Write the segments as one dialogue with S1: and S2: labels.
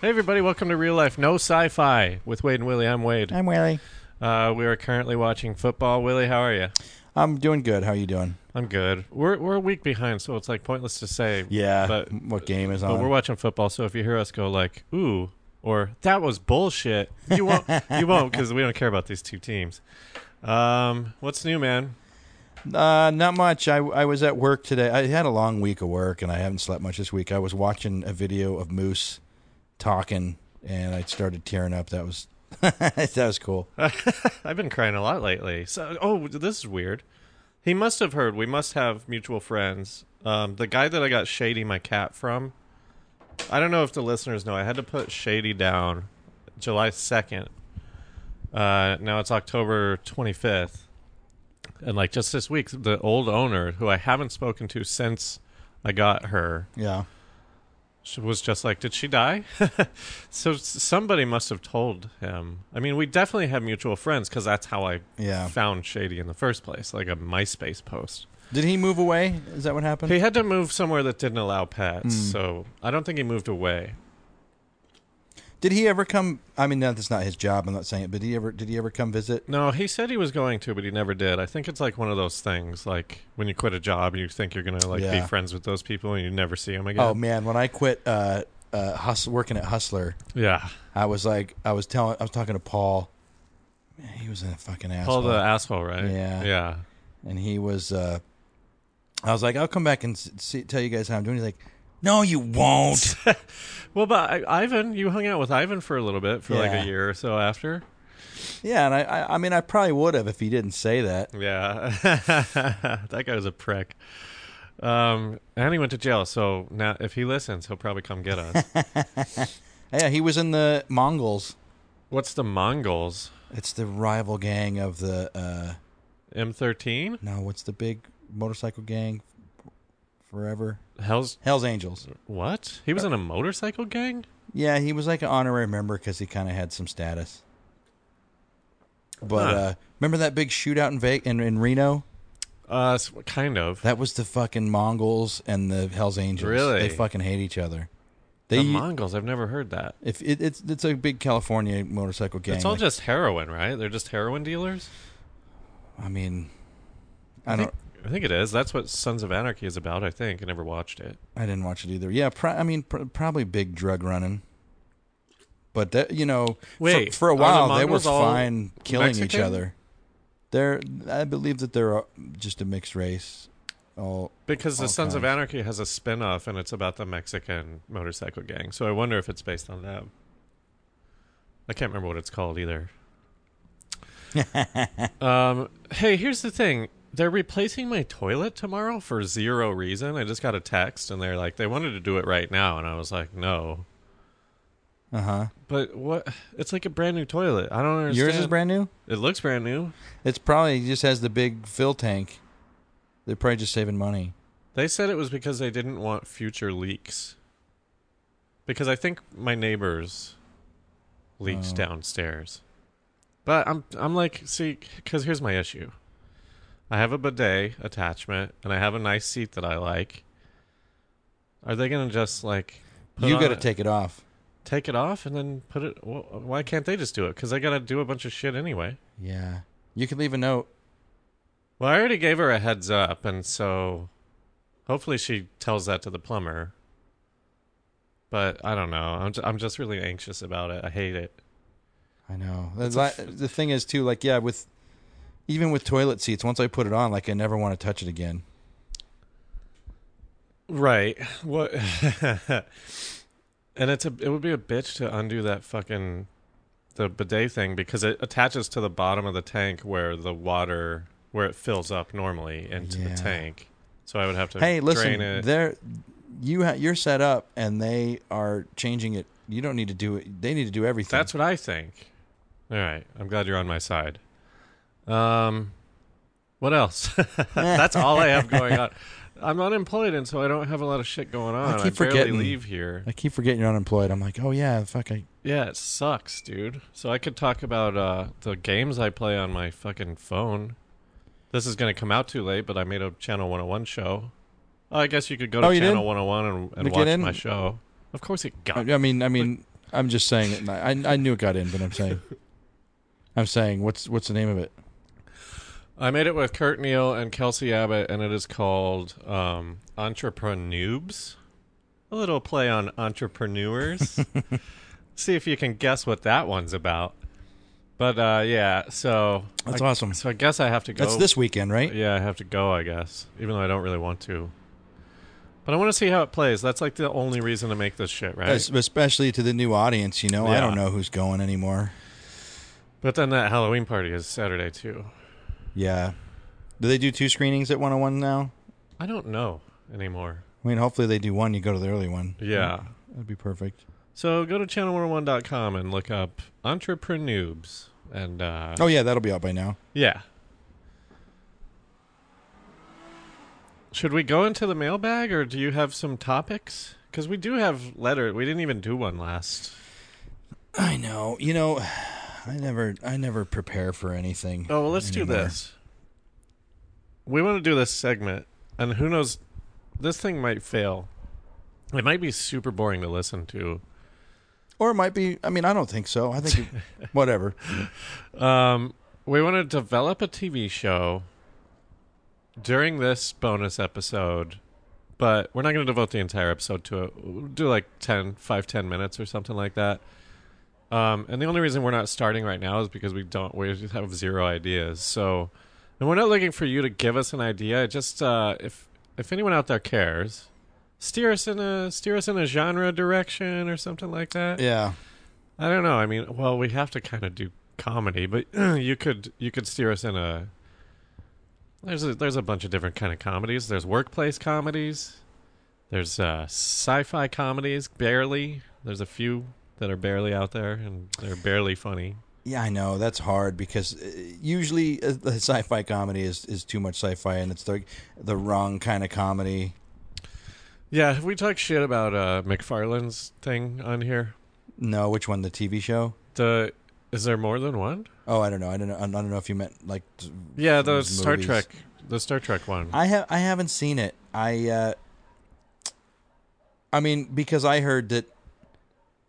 S1: Hey everybody, welcome to Real Life No Sci-Fi with Wade and Willie. I'm Wade.
S2: I'm Willie.
S1: Uh, we are currently watching football. Willie, how are you?
S2: I'm doing good. How are you doing?
S1: I'm good. We're we're a week behind, so it's like pointless to say.
S2: Yeah.
S1: But-
S2: what game is
S1: But
S2: on?
S1: we're watching football, so if you hear us go like "ooh" or "that was bullshit," you won't you won't because we don't care about these two teams. Um, what's new, man?
S2: uh, not much. I, I was at work today. I had a long week of work, and I haven't slept much this week. I was watching a video of Moose talking, and I started tearing up. That was that was cool.
S1: I've been crying a lot lately. So, oh, this is weird. He must have heard. We must have mutual friends. Um, the guy that I got Shady my cat from. I don't know if the listeners know. I had to put Shady down July second. Uh, now it's October twenty fifth, and like just this week, the old owner who I haven't spoken to since I got her
S2: Yeah.
S1: she was just like, "Did she die?" so s- somebody must have told him. I mean, we definitely had mutual friends because that's how I
S2: Yeah.
S1: found Shady in the first place, like a MySpace post.
S2: Did he move away? Is that what happened?
S1: He had to move somewhere that didn't allow pets,
S2: Hmm.
S1: so I don't think he moved away.
S2: Did he ever come? I mean, no, that's not his job. I'm not saying it. But did he ever? Did he ever come visit?
S1: No, he said he was going to, but he never did. I think it's like one of those things, like when you quit a job, you think you're gonna like
S2: Yeah.
S1: be friends with those people, and you never see them again.
S2: Oh man, when I quit uh, uh, hustle, working at Hustler,
S1: yeah,
S2: I was like, I was telling, I was talking to Paul. Man, he was a fucking
S1: Paul
S2: asshole.
S1: the asshole, right?
S2: Yeah.
S1: yeah.
S2: and he was uh i was like i'll come back and s- see, tell you guys how i'm doing he's like no you won't
S1: Well, but I, Ivan, you hung out with Ivan for a little bit, for like
S2: Yeah.
S1: a year or so after.
S2: yeah and I, I i mean i probably would have if he didn't say that
S1: Yeah, that guy was a prick. Um, and he went to jail. So now, if he listens, he'll probably come get us.
S2: yeah he was in the mongols
S1: What's the Mongols?
S2: it's the rival gang of the uh
S1: M13?
S2: no what's the big motorcycle gang forever
S1: Hell's
S2: hell's angels
S1: what? He was
S2: Uh,
S1: in a motorcycle gang.
S2: yeah he was like an honorary member because he kind of had some status but
S1: Huh.
S2: uh remember that big shootout in Ve- in, in reno
S1: Uh, s- kind of.
S2: That was the fucking Mongols and the Hell's Angels.
S1: Really?
S2: They fucking hate each other.
S1: the
S2: They
S1: Mongols. I've never heard that.
S2: if it, it's it's a big California motorcycle gang.
S1: It's all
S2: like-
S1: just heroin, right? They're just heroin dealers.
S2: I mean, I don't.
S1: think, I think it is. That's what Sons of Anarchy is about. I think. I never watched it.
S2: I didn't watch it either. Yeah, pro- I mean, pr- probably big drug running. But that you know, for-
S1: Wait,
S2: for, a
S1: are the
S2: while they were
S1: Mongols all
S2: fine killing each
S1: Mexican?
S2: other. They're I believe that they're uh, just a mixed race. All
S1: Because the
S2: All
S1: Sons of
S2: kinds.
S1: Anarchy has a spin off and it's about the Mexican motorcycle gang. So I wonder if it's based on that. I can't remember what it's called either. um, hey, here's the thing. They're replacing my toilet tomorrow for zero reason. I just got a text and they're like, they wanted to do it right now. And I was like, no.
S2: uh huh.
S1: But what? It's like a brand new toilet. I don't understand.
S2: Yours is brand new.
S1: It looks brand new.
S2: It's probably just has the big fill tank. They're probably just saving money.
S1: They said it was because they didn't want future leaks. Because I think my neighbors leaks
S2: Oh.
S1: downstairs. But I'm I'm like, see, because here's my issue. I have a bidet attachment, and I have a nice seat that I like. Are they gonna just like put
S2: you
S1: on
S2: got to
S1: it-
S2: take it off.
S1: take it off and then put it? wh- Why can't they just do it? Because I gotta do a bunch of shit anyway.
S2: Yeah. You could leave a note.
S1: Well, I already gave her a heads up, and so hopefully she tells that to the plumber. But I don't know. I'm just, I'm just really anxious about it. I hate it.
S2: I know. The,
S1: It's a
S2: li-
S1: f-
S2: the thing is too, like, yeah, with even with toilet seats, once I put it on, like, I never want to touch it again.
S1: Right. What? and it's a it would be a bitch to undo that fucking the bidet thing because it attaches to the bottom of the tank where the water where it fills up normally into
S2: Yeah.
S1: the tank. So I would have to
S2: hey,
S1: drain
S2: listen,
S1: it.
S2: there, you ha- you're set up, and they are changing it. You don't need to do it. They need to do everything.
S1: That's what I think. All right, I'm glad you're on my side. Um, what else? That's all I have going on. I'm unemployed, and so I don't have a lot of shit going on. I,
S2: keep
S1: barely
S2: forgetting.
S1: leave here.
S2: I keep forgetting you're unemployed. I'm like, oh yeah, fuck. I,
S1: Yeah, it sucks, dude. So I could talk about uh, the games I play on my fucking phone. This is going to come out too late, but I made a Channel 101 show. I guess you could go to
S2: Oh, you did?
S1: Channel 101 and,
S2: Did
S1: and
S2: it get
S1: watch
S2: in?
S1: my show. Of course it got
S2: I mean, I mean, I'm just saying. it. I I knew it got in, but I'm saying. I'm saying what's what's the name of it?
S1: I made it with Kurt Neal and Kelsey Abbott, and it is called um, Entrepreneurs. A little play on entrepreneurs. See if you can guess what that one's about. But uh, yeah, so
S2: That's
S1: I,
S2: awesome.
S1: So I guess I have to go.
S2: That's this weekend, right?
S1: Yeah, I have to go. I guess, even though I don't really want to. But I want to see how it plays. That's like the only reason to make this shit, right?
S2: Es- Especially to the new audience, you know. I
S1: Yeah.
S2: don't know who's going anymore.
S1: But then that Halloween party is Saturday too.
S2: Yeah. Do they do two screenings at 101 now?
S1: I don't know anymore.
S2: I mean, hopefully they do one. You go to the early one.
S1: Yeah.
S2: That'd be perfect.
S1: So go to channel101.com and look up entrepreneurs and uh,
S2: Oh yeah, that'll be out by now.
S1: yeah. Should we go into the mailbag or do you have some topics? Because we do have letter. We didn't even do one last.
S2: I know. You know, I never, I never prepare for anything.
S1: Oh well, let's do
S2: anymore.
S1: this. We want to do this segment, and who knows, this thing might fail. It might be super boring to listen to.
S2: Or it might be. I mean, I don't think so. I think, it- whatever.
S1: Um, we want to develop a TV show during this bonus episode, but we're not going to devote the entire episode to it. We'll do like 10, 5, 10 minutes or something like that. Um, and the only reason we're not starting right now is because we don't, we just have zero ideas. So, and we're not looking for you to give us an idea. Just, uh, if, if anyone out there cares, steer us in a, steer us in a genre direction or something like that.
S2: Yeah.
S1: I don't know. I mean, well, we have to kind of do comedy, but you could you could steer us in a. There's a, there's a bunch of different kind of comedies. There's workplace comedies. There's uh, sci-fi comedies, barely. There's a few that are barely out there and they're barely funny.
S2: Yeah, I know that's hard because uh, usually uh, the sci-fi comedy is, is too much sci-fi and it's the the wrong kind of comedy.
S1: Yeah, have we talked shit about uh, McFarlane's thing on here?
S2: No, which one? The TV show?
S1: The is there more than one?
S2: Oh, I don't know. I don't know. I don't know if you meant like. t-
S1: Yeah, the
S2: Those
S1: Star
S2: movies.
S1: Trek, the Star Trek one.
S2: I have. I haven't seen it. I. uh I mean, because I heard that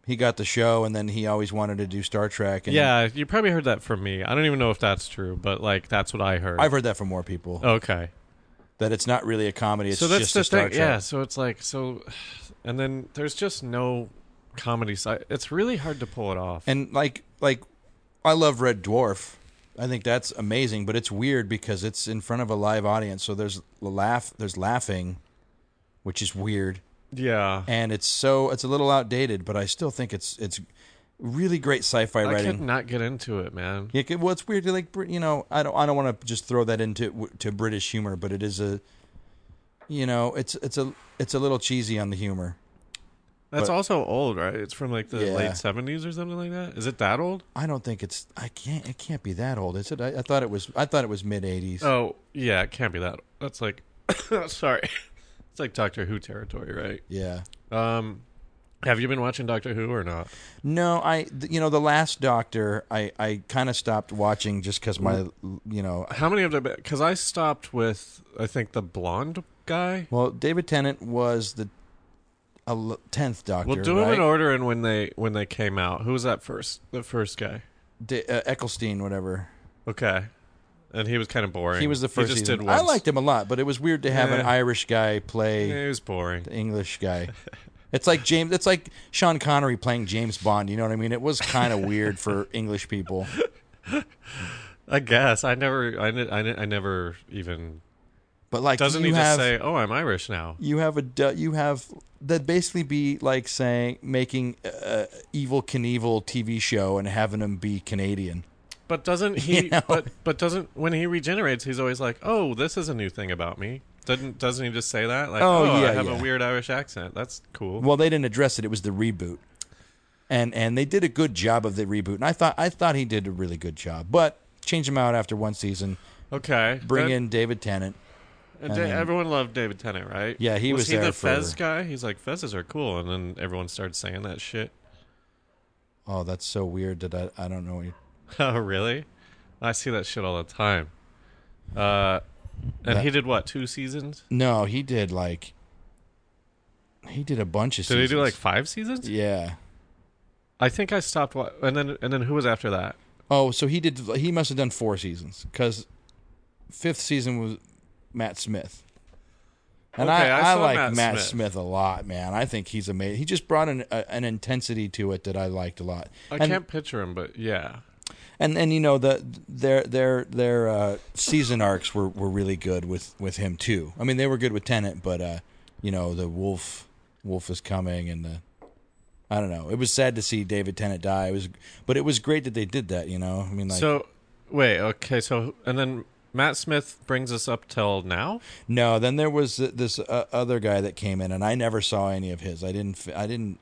S2: he got the show, and then he always wanted to do Star Trek. And
S1: yeah, you probably heard that from me. I don't even know if that's true, but like that's what I heard.
S2: I've heard that from more people
S1: okay.
S2: that it's not really a comedy. It's
S1: Oh. so that's
S2: just
S1: the
S2: a Star
S1: thing,
S2: Trek.
S1: yeah. So it's like so, and then there's just no comedy side. It's really hard to pull it off.
S2: And like like I love Red Dwarf. I think that's amazing, but it's weird because it's in front of a live audience, so there's laugh there's laughing, which is weird.
S1: yeah,
S2: And it's so it's a little outdated, but I still think it's it's really great sci-fi
S1: I could
S2: writing.
S1: not get into it, man.
S2: Yeah, 'cause- well, it's weird. Like Brit- you know, I don't I don't want to just throw that into to British humor, but it is a you know it's it's a it's a little cheesy on the humor.
S1: That's
S2: But-
S1: also old, right? It's from like the
S2: Yeah.
S1: late '70s or something like that. Is it that old?
S2: I don't think it's I can't it can't be that old, is it? I, I thought it was I thought it was mid '80s.
S1: Oh, yeah, it can't be that. That's like, sorry, it's like Doctor Who territory,
S2: Yeah.
S1: right? Um, have you been watching Doctor Who or not?
S2: No, I th- you know the last Doctor, I I kind of stopped watching just because my
S1: Mm-hmm.
S2: you know
S1: How many of the? Because I stopped with I think the blonde guy.
S2: well David Tennant was the tenth Doctor.
S1: We'll do
S2: right?
S1: them in order, and when they when they came out, who was that first? The first guy.
S2: Da- uh, Ecclestein, whatever.
S1: Okay, and he was kind of boring.
S2: He was the first.
S1: He just
S2: season.
S1: did
S2: I
S1: once.
S2: liked him a lot, but it was weird to have an
S1: Yeah.
S2: Irish guy play
S1: Yeah, he was boring.
S2: the English guy. It's like James. It's like Sean Connery playing James Bond. You know what I mean? It was kind of weird for English people.
S1: I guess I never, I, ne- I, ne- I never even.
S2: But like,
S1: Doesn't
S2: you
S1: he just
S2: have,
S1: say, "Oh, I'm Irish now"?
S2: you have a du- you have that basically be like saying making a evil Knievel TV show and having him be Canadian.
S1: But doesn't he?
S2: You know?
S1: But but doesn't when he regenerates, he's always like, "Oh, this is a new thing about me." Doesn't doesn't he just say that? Like,
S2: Oh,
S1: "Oh,
S2: yeah,
S1: I have
S2: yeah.
S1: a weird Irish accent. That's cool."
S2: Well, they didn't address it. It was the reboot, and and they did a good job of the reboot. And I thought I thought he did a really good job, but change him out after one season.
S1: okay,
S2: Bring
S1: That-
S2: in David Tennant.
S1: And Da-
S2: mean-
S1: everyone loved David Tennant, right?
S2: Yeah, he was
S1: he
S2: there
S1: the Fez
S2: for-
S1: guy. He's like Fezes are cool, and then everyone started saying that shit.
S2: Oh, that's so weird that I, I don't know. What you,
S1: Oh, really? I see that shit all the time. Uh, and
S2: That-
S1: he did what? Two seasons?
S2: no, he did like he did a bunch of.
S1: Did he do like
S2: seasons.
S1: five seasons?
S2: Yeah.
S1: I think I stopped. Wa- and then and then who was after that?
S2: Oh, so he did. He must have done four seasons because fifth season was Matt Smith. And
S1: Okay, I
S2: I, I,
S1: saw
S2: like
S1: Matt
S2: Matt,
S1: Smith.
S2: Smith. a lot, man. I think he's amazing. He just brought an, a, an intensity to it that I liked a lot.
S1: I
S2: and,
S1: can't picture him, but yeah.
S2: and and you know the their their their uh, season arcs were, were really good with, with him too. I mean they were good with Tennant, but uh, you know the Wolf Wolf is coming and the I don't know. It was sad to see David Tennant die. It was, but it was great that they did that. You know, I mean like
S1: so wait, okay, so and then Matt Smith brings us up till now.
S2: No, then there was th- this uh, other guy that came in, and I never saw any of his. I didn't. f- I didn't.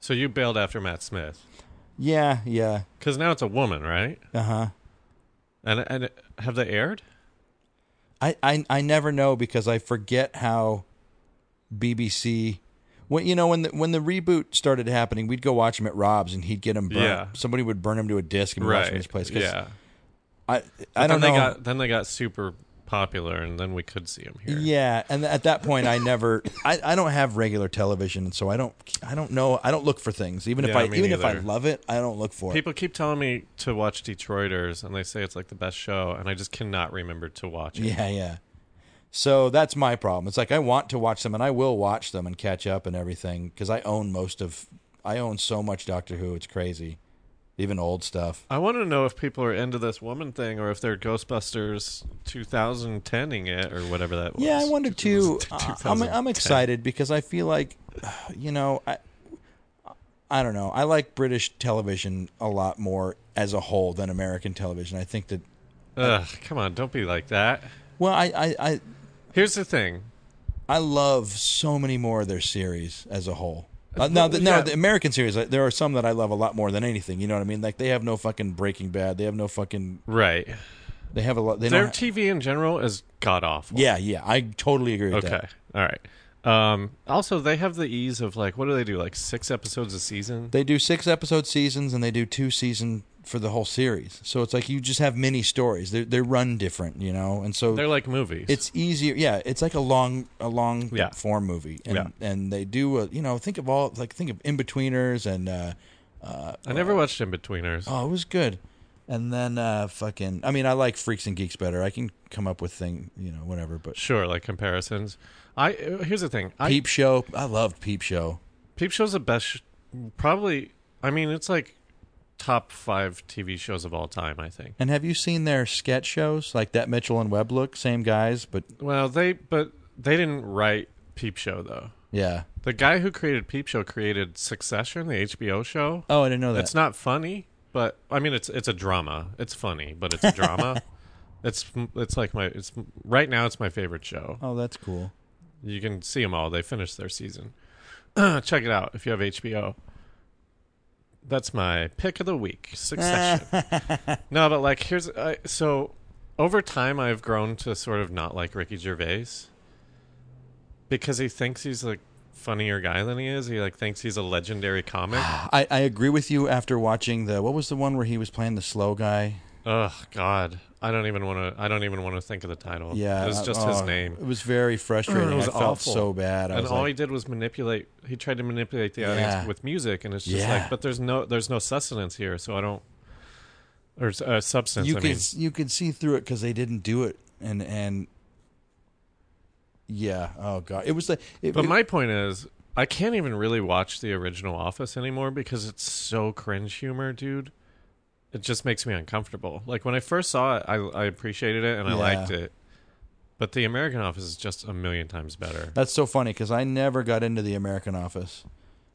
S1: So you bailed after Matt Smith
S2: Yeah, yeah.
S1: because now it's a woman, right?
S2: Uh huh.
S1: And and have they aired?
S2: I, I I never know because I forget how BBC. When you know when the when the reboot started happening, we'd go watch him at Rob's, and he'd get him burnt.
S1: Yeah.
S2: Somebody would burn him to a disc and watch him in his place. 'cause
S1: yeah.
S2: I
S1: But
S2: I don't
S1: then
S2: know.
S1: They got, then they got super popular, and then we could see him here.
S2: Yeah, and at that point, I never, I, I don't have regular television, and so I don't, I don't know, I don't look for things. Even if
S1: Yeah,
S2: I,
S1: me
S2: even if I
S1: neither.
S2: love it, I don't look for it.
S1: People keep telling me to watch Detroiters, and they say it's like the best show, and I just cannot remember to watch it.
S2: Yeah, yeah. So that's my problem. It's like I want to watch them and I will watch them and catch up and everything because I own most of, I own so much Doctor Who. It's crazy. Even old stuff.
S1: I want to know if people are into this woman thing, or if they're Ghostbusters 2010ing it, or whatever that was.
S2: Yeah, I wonder too. Uh, I'm,
S1: 2010.
S2: I'm excited because I feel like, you know, I, I don't know. I like British television a lot more as a whole than American television. I think that,
S1: Ugh, come on, don't be like that.
S2: well, I, I, I,
S1: Here's the thing.
S2: I love so many more of their series as a whole. Uh, now, the,
S1: yeah.
S2: now the American series, like, there are some that I love a lot more than anything. You know what I mean? Like they have no fucking Breaking Bad. They have no fucking.
S1: Right.
S2: They have a lot. They
S1: Their
S2: don't. ha-
S1: TV in general is god awful.
S2: yeah, yeah. I totally agree with
S1: Okay.
S2: that.
S1: All right. Um, also, they have the ease of like, what do they do? Like six episodes a season?
S2: They do six episode seasons and they do two season for the whole series. So it's like you just have mini stories. They they run different, you know, and so
S1: They're like movies.
S2: it's easier. Yeah, it's like a long, a long
S1: Yeah.
S2: form movie, and
S1: Yeah.
S2: and they do a, you know think of all like think of in betweeners and. uh
S1: I never watched In Betweeners.
S2: Oh, it was good. And then uh fucking I mean I like Freaks and Geeks better. I can come up with thing, you know, whatever, but
S1: Sure, like comparisons. I uh, here's the thing. I,
S2: Peep Show, I loved Peep Show.
S1: Peep Show's the best. Sh- probably. I mean, it's like top five TV shows of all time. I think.
S2: And have you seen their sketch shows like that Mitchell and Webb look, same guys, but
S1: Well, they but they didn't write Peep Show though.
S2: yeah.
S1: The guy who created Peep Show created Succession, the HBO show.
S2: Oh, I didn't know that.
S1: It's not funny, but I mean, it's it's a drama. It's funny, but it's a drama. It's it's like my it's right now it's my favorite show.
S2: oh, that's cool.
S1: You can see them all. They finished their season. Check it out if you have HBO. That's my pick of the week, Succession. no, but like here's I, so over time I've grown to sort of not like Ricky Gervais because he thinks he's like funnier guy than he is. He like thinks he's a legendary comic.
S2: I, I agree with you after watching the what was the one where he was playing the slow guy?
S1: Ugh, God, I don't even want to. I don't even want to think of the title.
S2: Yeah.
S1: it was just his
S2: oh,
S1: name,
S2: It was very frustrating.
S1: It was
S2: I felt
S1: awful.
S2: so bad. I
S1: and
S2: was
S1: all
S2: like,
S1: he did was manipulate. He tried to manipulate the audience
S2: Yeah.
S1: with music, and it's just
S2: Yeah.
S1: like, but there's no, there's no sustenance here, so I don't, or uh, substance.
S2: you
S1: I
S2: could
S1: mean,
S2: you could see through it because they didn't do it and and yeah oh god it was like it,
S1: but
S2: it-
S1: my point is, I can't even really watch the original Office anymore because it's so cringe humor, dude. It just makes me uncomfortable. Like when I first saw it, I, I appreciated it and I
S2: Yeah.
S1: liked it, but the American Office is just a million times better.
S2: that's so funny because I never got into the American Office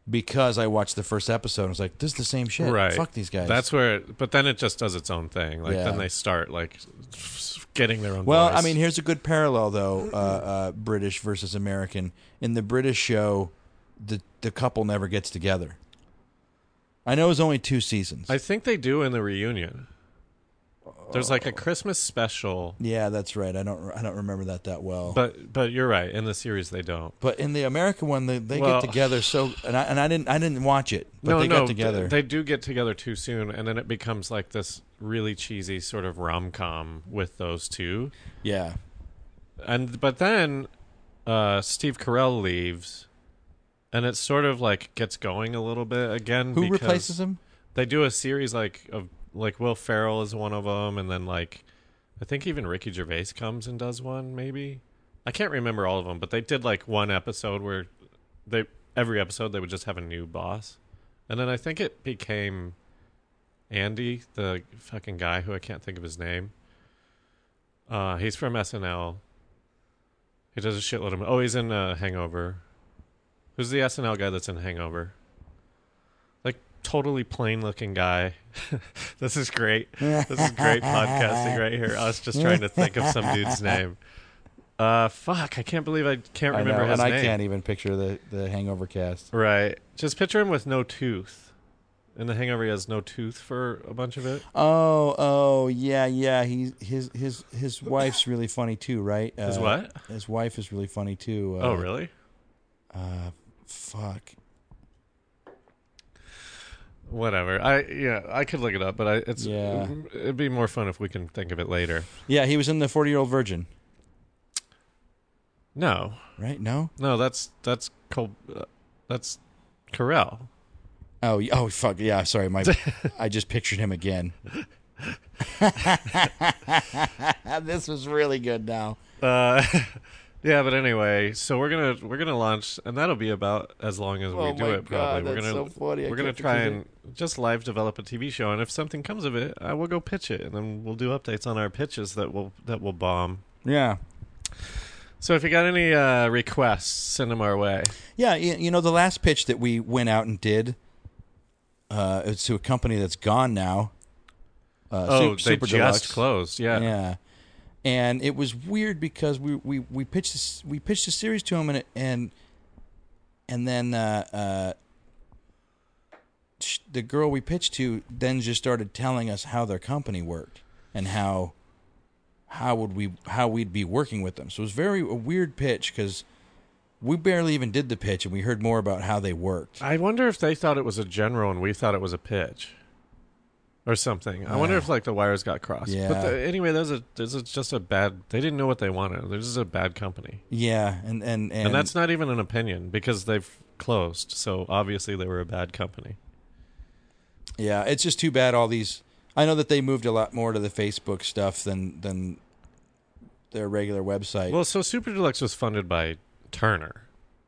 S2: because I watched the first episode and was like this is the same shit
S1: Right.
S2: fuck these guys
S1: That's where, it, but then it just does its own thing. Like
S2: Yeah.
S1: then they start like getting their own.
S2: well I
S1: voice.
S2: mean here's a good parallel though uh, uh, British versus American in the British show the the couple never gets together I know it was only two seasons
S1: I think they do in the reunion. There's like a Christmas special,
S2: yeah that's right I don't I don't remember that that well
S1: but but you're right. In the series, they don't.
S2: But in the American one, they, they
S1: Well-
S2: get together. So and I and I didn't I didn't watch it, but
S1: no,
S2: they
S1: no,
S2: got together.
S1: They, do get together too soon, and then it becomes like this really cheesy sort of rom com with those two.
S2: yeah,
S1: And but then uh, Steve Carell leaves, and it sort of like gets going a little bit again.
S2: Who
S1: because
S2: replaces him?
S1: They do a series like of like Will Ferrell is one of them, and then like I think even Ricky Gervais comes and does one. Maybe I can't remember all of them, but they did like one episode where they every episode they would just have a new boss, and then I think it became Andy, the fucking guy who I can't think of his name. Uh, he's from SNL. He does a shitload of. Oh, he's in uh, Hangover. Who's the SNL guy that's in Hangover? Like totally plain looking guy. this is great. This is great podcasting right here. Us just trying to think of some dude's name. Uh, fuck! I can't believe I can't
S2: I
S1: remember
S2: know,
S1: his
S2: and
S1: name.
S2: I can't even picture the the Hangover cast.
S1: Right. Just picture him with no tooth. In the hangover he has no tooth for a bunch of it.
S2: Oh, oh, yeah, yeah. He's his his his wife's really funny too, right? Uh,
S1: His what?
S2: His wife is really funny too. Uh,
S1: oh really?
S2: Uh, fuck.
S1: Whatever. I yeah, I could look it up, but I it's
S2: Yeah.
S1: it'd be more fun if we can think of it later.
S2: Yeah, he was in the Forty Year Old Virgin,
S1: No.
S2: right? No.
S1: No, that's that's Col- uh, that's Carell.
S2: Oh, y- oh, fuck. Yeah, sorry. My, I just pictured him again. this was really good. Now.
S1: Uh Yeah, but anyway, so we're gonna we're gonna launch, and that'll be about as long as
S2: Oh
S1: we do
S2: my
S1: it. Probably
S2: God,
S1: we're
S2: that's
S1: gonna
S2: so funny. I
S1: we're gonna
S2: can't
S1: try
S2: believe
S1: and just live develop a TV show, and if something comes of it, I will go pitch it, and then we'll do updates on our pitches that will that will bomb.
S2: Yeah.
S1: So if you got any uh, requests, send them our way.
S2: Yeah, you, you know the last pitch that we went out and did, uh, it's to a company that's gone now. Uh,
S1: oh,
S2: Su-
S1: they just
S2: Deluxe.
S1: closed. Yeah.
S2: Yeah, and it was weird because we we we pitched this, we pitched a series to them and it, and and then uh, uh, sh- the girl we pitched to then just started telling us how their company worked and how how would we how we'd be working with them. So it was very a weird pitch because we barely even did the pitch and we heard more about how they worked.
S1: I wonder if they thought it was a general and we thought it was a pitch, or something. I wonder if like the wires got crossed. But
S2: Yeah.
S1: the, anyway, those are this is just a bad. They didn't know what they wanted. This is a bad company.
S2: Yeah, and and and,
S1: And, that's not even an opinion because they've closed. So obviously they were a bad company.
S2: Yeah, it's just too bad all these. I know that they moved a lot more to the Facebook stuff than than their regular website.
S1: Well, so Super Deluxe was funded by Turner,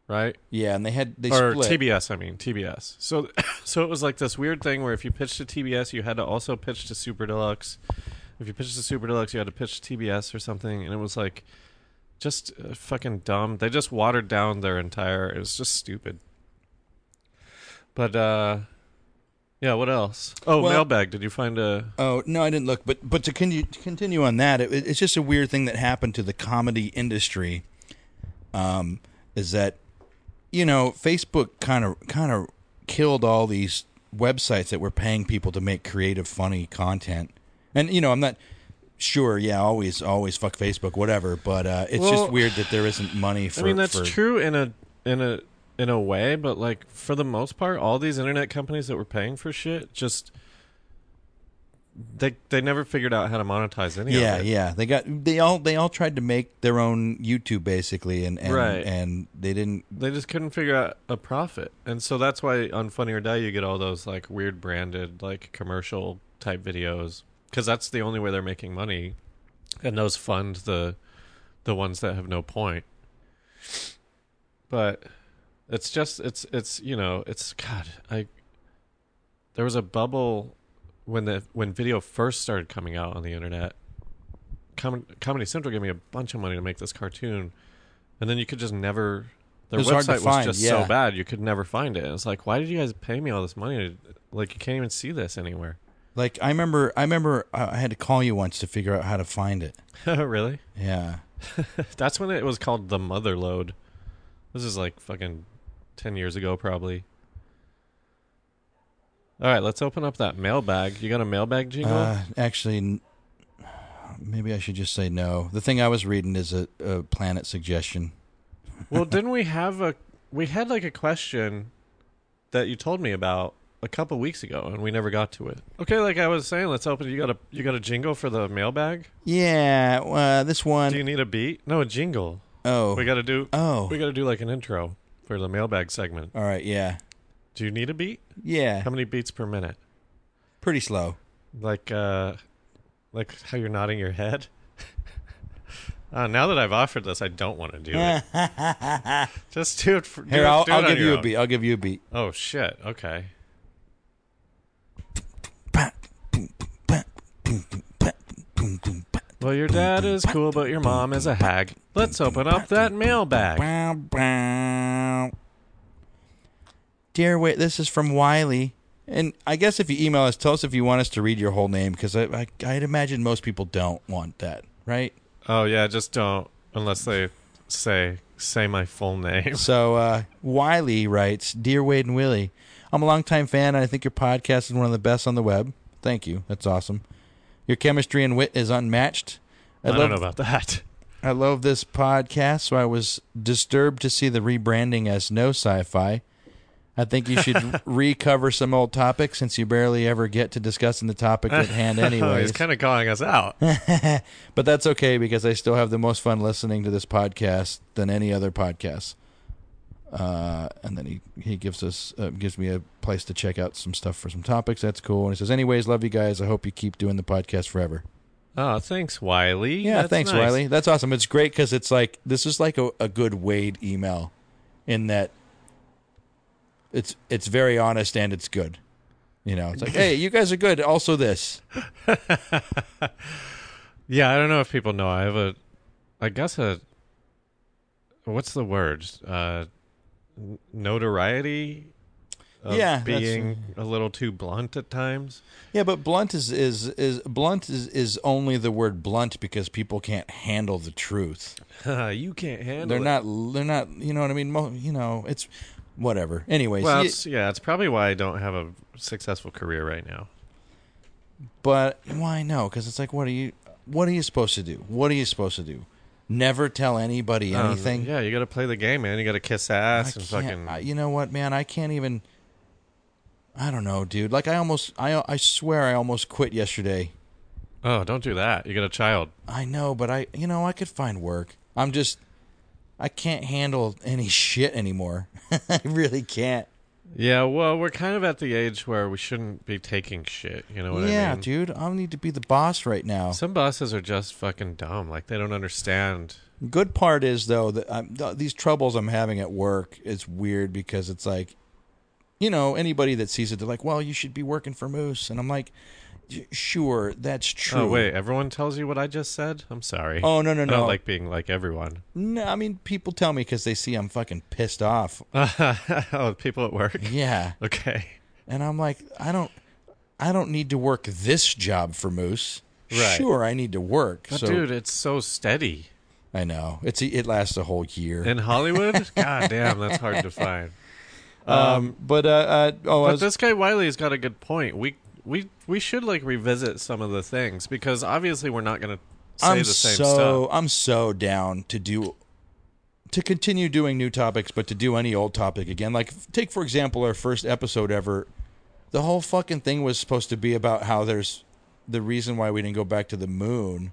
S1: right?
S2: yeah, and they had they
S1: or
S2: split.
S1: TBS, I mean TBS. So, so it was like this weird thing where if you pitched to TBS, you had to also pitch to Super Deluxe. If you pitched to Super Deluxe, you had to pitch to TBS or something, and it was like just uh, fucking dumb. They just watered down their entire. It was just stupid. But uh, yeah, what else? Oh,
S2: Well-
S1: mailbag. Did you find a?
S2: Oh no, I didn't look. But but to, con- to continue on that, it, it's just a weird thing that happened to the comedy industry. Um, is that you know Facebook kind of kind of killed all these websites that were paying people to make creative, funny content. And you know, I'm not sure. Yeah, always always fuck Facebook, whatever. But uh, it's
S1: Well,
S2: just weird that there isn't money for.
S1: I mean, that's
S2: for-
S1: true in a in a in a way, but like for the most part, all these internet companies that were paying for shit just they they never figured out how to monetize any
S2: Yeah,
S1: of it.
S2: yeah. They got they all they all tried to make their own YouTube basically, and and,
S1: Right.
S2: and they didn't.
S1: They just couldn't figure out a profit, and so that's why on Funny or Die you get all those like weird branded like commercial type videos because that's the only way they're making money, and those fund the the ones that have no point. But it's just it's it's you know it's God I there was a bubble when the when video first started coming out on the internet. Com- Comedy Central gave me a bunch of money to make this cartoon, and then you could just never. Their
S2: It was hard to
S1: website was
S2: find,
S1: just
S2: yeah.
S1: so bad you could never find it. And it's like, why did you guys pay me all this money? To, like, you can't even see this anywhere.
S2: Like I remember, I remember I I had to call you once to figure out how to find it.
S1: really?
S2: Yeah,
S1: That's when it was called the Mother Load. This is like fucking ten years ago, probably. All right, let's open up that mailbag. You got a mailbag jingle?
S2: uh, actually, n- maybe I should just say no. The thing I was reading is a, a planet suggestion.
S1: well, didn't we have a we had like a question that you told me about a couple weeks ago, and we never got to it. Okay, like I was saying, let's open. You got a you got a jingle for the mailbag?
S2: Yeah, uh, this
S1: Do
S2: one
S1: you need a beat? No, a jingle.
S2: oh
S1: We got to do
S2: oh
S1: we got to do like an intro. for the mailbag segment.
S2: All right, yeah,
S1: Do you need a beat?
S2: yeah,
S1: How many beats per minute?
S2: pretty slow.
S1: Like uh like how you're nodding your head? Uh, now that I've offered this, I don't want to do it. Just do it. For, do
S2: Here,
S1: it-
S2: I'll,
S1: do it
S2: I'll
S1: on
S2: give
S1: your
S2: you a
S1: own.
S2: beat. I'll give you a beat.
S1: Oh shit! Okay. Well, your dad is cool, but your mom is a hag. Let's open up that mailbag.
S2: Bow, bow. Dear wait, this is from Wiley. And I guess if you email us, tell us if you want us to read your whole name because I, I, I'd imagine most people don't want that, right?
S1: Oh yeah, just don't unless they say say my full name.
S2: So uh, Wiley writes, "Dear Wade and Willie, I'm a longtime fan, and I think your podcast is one of the best on the web. Thank you. That's awesome. Your chemistry and wit is unmatched.
S1: I,
S2: love,
S1: don't know about that.
S2: I love this podcast. So I was disturbed to see the rebranding as No Sci-Fi. I think you should recover some old topics since you barely ever get to discussing the topic at hand,
S1: Oh, he's
S2: anyways.
S1: kind of calling us out.
S2: but that's okay because I still have the most fun listening to this podcast than any other podcast. Uh, and then he, he gives us uh, gives me a place to check out some stuff for some topics. That's cool. And he says, "Anyways, love you guys. I hope you keep doing the podcast forever."
S1: Oh, thanks, Wiley.
S2: Yeah,
S1: That's
S2: thanks,
S1: nice.
S2: Wiley. That's awesome. It's great because it's like this is like a, a good Wade email, in that it's it's very honest and it's good. You know, it's like, hey, you guys are good. Also, this.
S1: Yeah, I don't know if people know. I have a, I guess a, what's the word? Uh, n- notoriety. Of
S2: Yeah, that's-
S1: being a little too blunt at times.
S2: Yeah, but blunt is is is blunt is is only the word blunt because people can't handle the truth.
S1: you can't handle.
S2: They're
S1: it.
S2: not. They're not. You know what I mean? Mo, you know, it's whatever. Anyways,
S1: Well,
S2: ye-
S1: it's, yeah, it's probably why I don't have a successful career right now.
S2: but why no? Because it's like, what are you? What are you supposed to do? What are you supposed to do? Never tell anybody
S1: Um,
S2: anything.
S1: yeah, you got to play the game, man. You got to kiss
S2: I
S1: ass and
S2: can't-
S1: fucking.
S2: I- you know what, man? I can't even. I don't know, dude. Like I almost, I, I swear, I almost quit yesterday.
S1: oh, don't do that. You got a child.
S2: I know, but I, you know, I could find work. I'm just, I can't handle any shit anymore. I really can't.
S1: Yeah, well, we're kind of at the age where we shouldn't be taking shit. You know what
S2: yeah,
S1: I mean?
S2: dude, I need to be the boss right now.
S1: Some bosses are just fucking dumb. Like they don't understand.
S2: Good part is though that I'm, th- these troubles I'm having at work. It's weird because it's like, you know, anybody that sees it, they're like, "Well, you should be working for Moose," and I'm like, "Y- "Sure, that's true."
S1: Oh wait, everyone tells you what I just said. I'm sorry.
S2: Oh no, no,
S1: I
S2: no.
S1: don't like being like everyone.
S2: no, I mean, people tell me because they see I'm fucking pissed off.
S1: oh, people at work.
S2: Yeah.
S1: Okay.
S2: And I'm like, I don't, I don't need to work this job for Moose.
S1: Right.
S2: Sure, I need to work.
S1: But
S2: so
S1: dude, it's so steady
S2: I know it's it lasts a whole year.
S1: in Hollywood. God damn, that's hard to find.
S2: um, but uh, uh oh, I
S1: But
S2: was,
S1: this guy Wiley's got a good point. We we we should like revisit some of the things because obviously we're not gonna say
S2: I'm
S1: the same
S2: so
S1: stuff.
S2: I'm so down to do, to continue doing new topics, but to do any old topic again. Like take for example our first episode ever. The whole fucking thing was supposed to be about how there's the reason why we didn't go back to the moon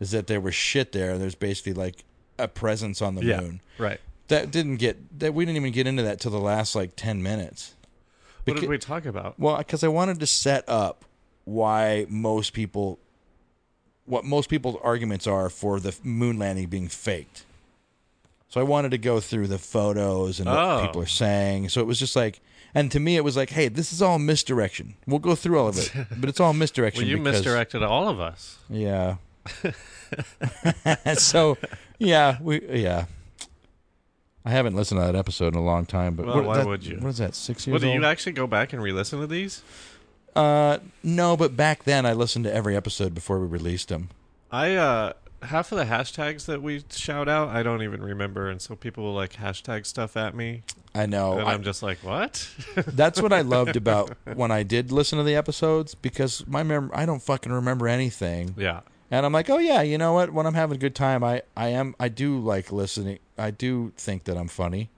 S2: is that there was shit there. There's basically like a presence on the
S1: Yeah.
S2: moon.
S1: Right.
S2: that didn't get that we didn't even get into that till the last like 10 minutes
S1: What
S2: Becau-
S1: did we talk about?
S2: well because i wanted to set up why most people what most people's arguments are for the moon landing being faked so i wanted to go through the photos and what
S1: Oh.
S2: people are saying so it was just like and to me it was like hey this is all misdirection we'll go through all of it but it's all misdirection
S1: Well, you
S2: because,
S1: misdirected all of us.
S2: yeah so yeah we yeah I haven't listened to that episode in a long time, but
S1: Well,
S2: what-
S1: why
S2: that-
S1: would you?
S2: What is that? Six years
S1: Well, do
S2: old?
S1: you actually go back and re-listen to these?
S2: uh, no, but back then I listened to every episode before we released them.
S1: I uh half of the hashtags that we shout out, I don't even remember, and so people will like hashtag stuff at me,
S2: I know.
S1: and
S2: Oh, I-
S1: I'm just like, what?
S2: that's what I loved about when I did listen to the episodes because my mem- I don't fucking remember anything,
S1: yeah,
S2: and I'm like, oh yeah, you know what? When I'm having a good time, I I am I do like listening. I do think that I'm funny.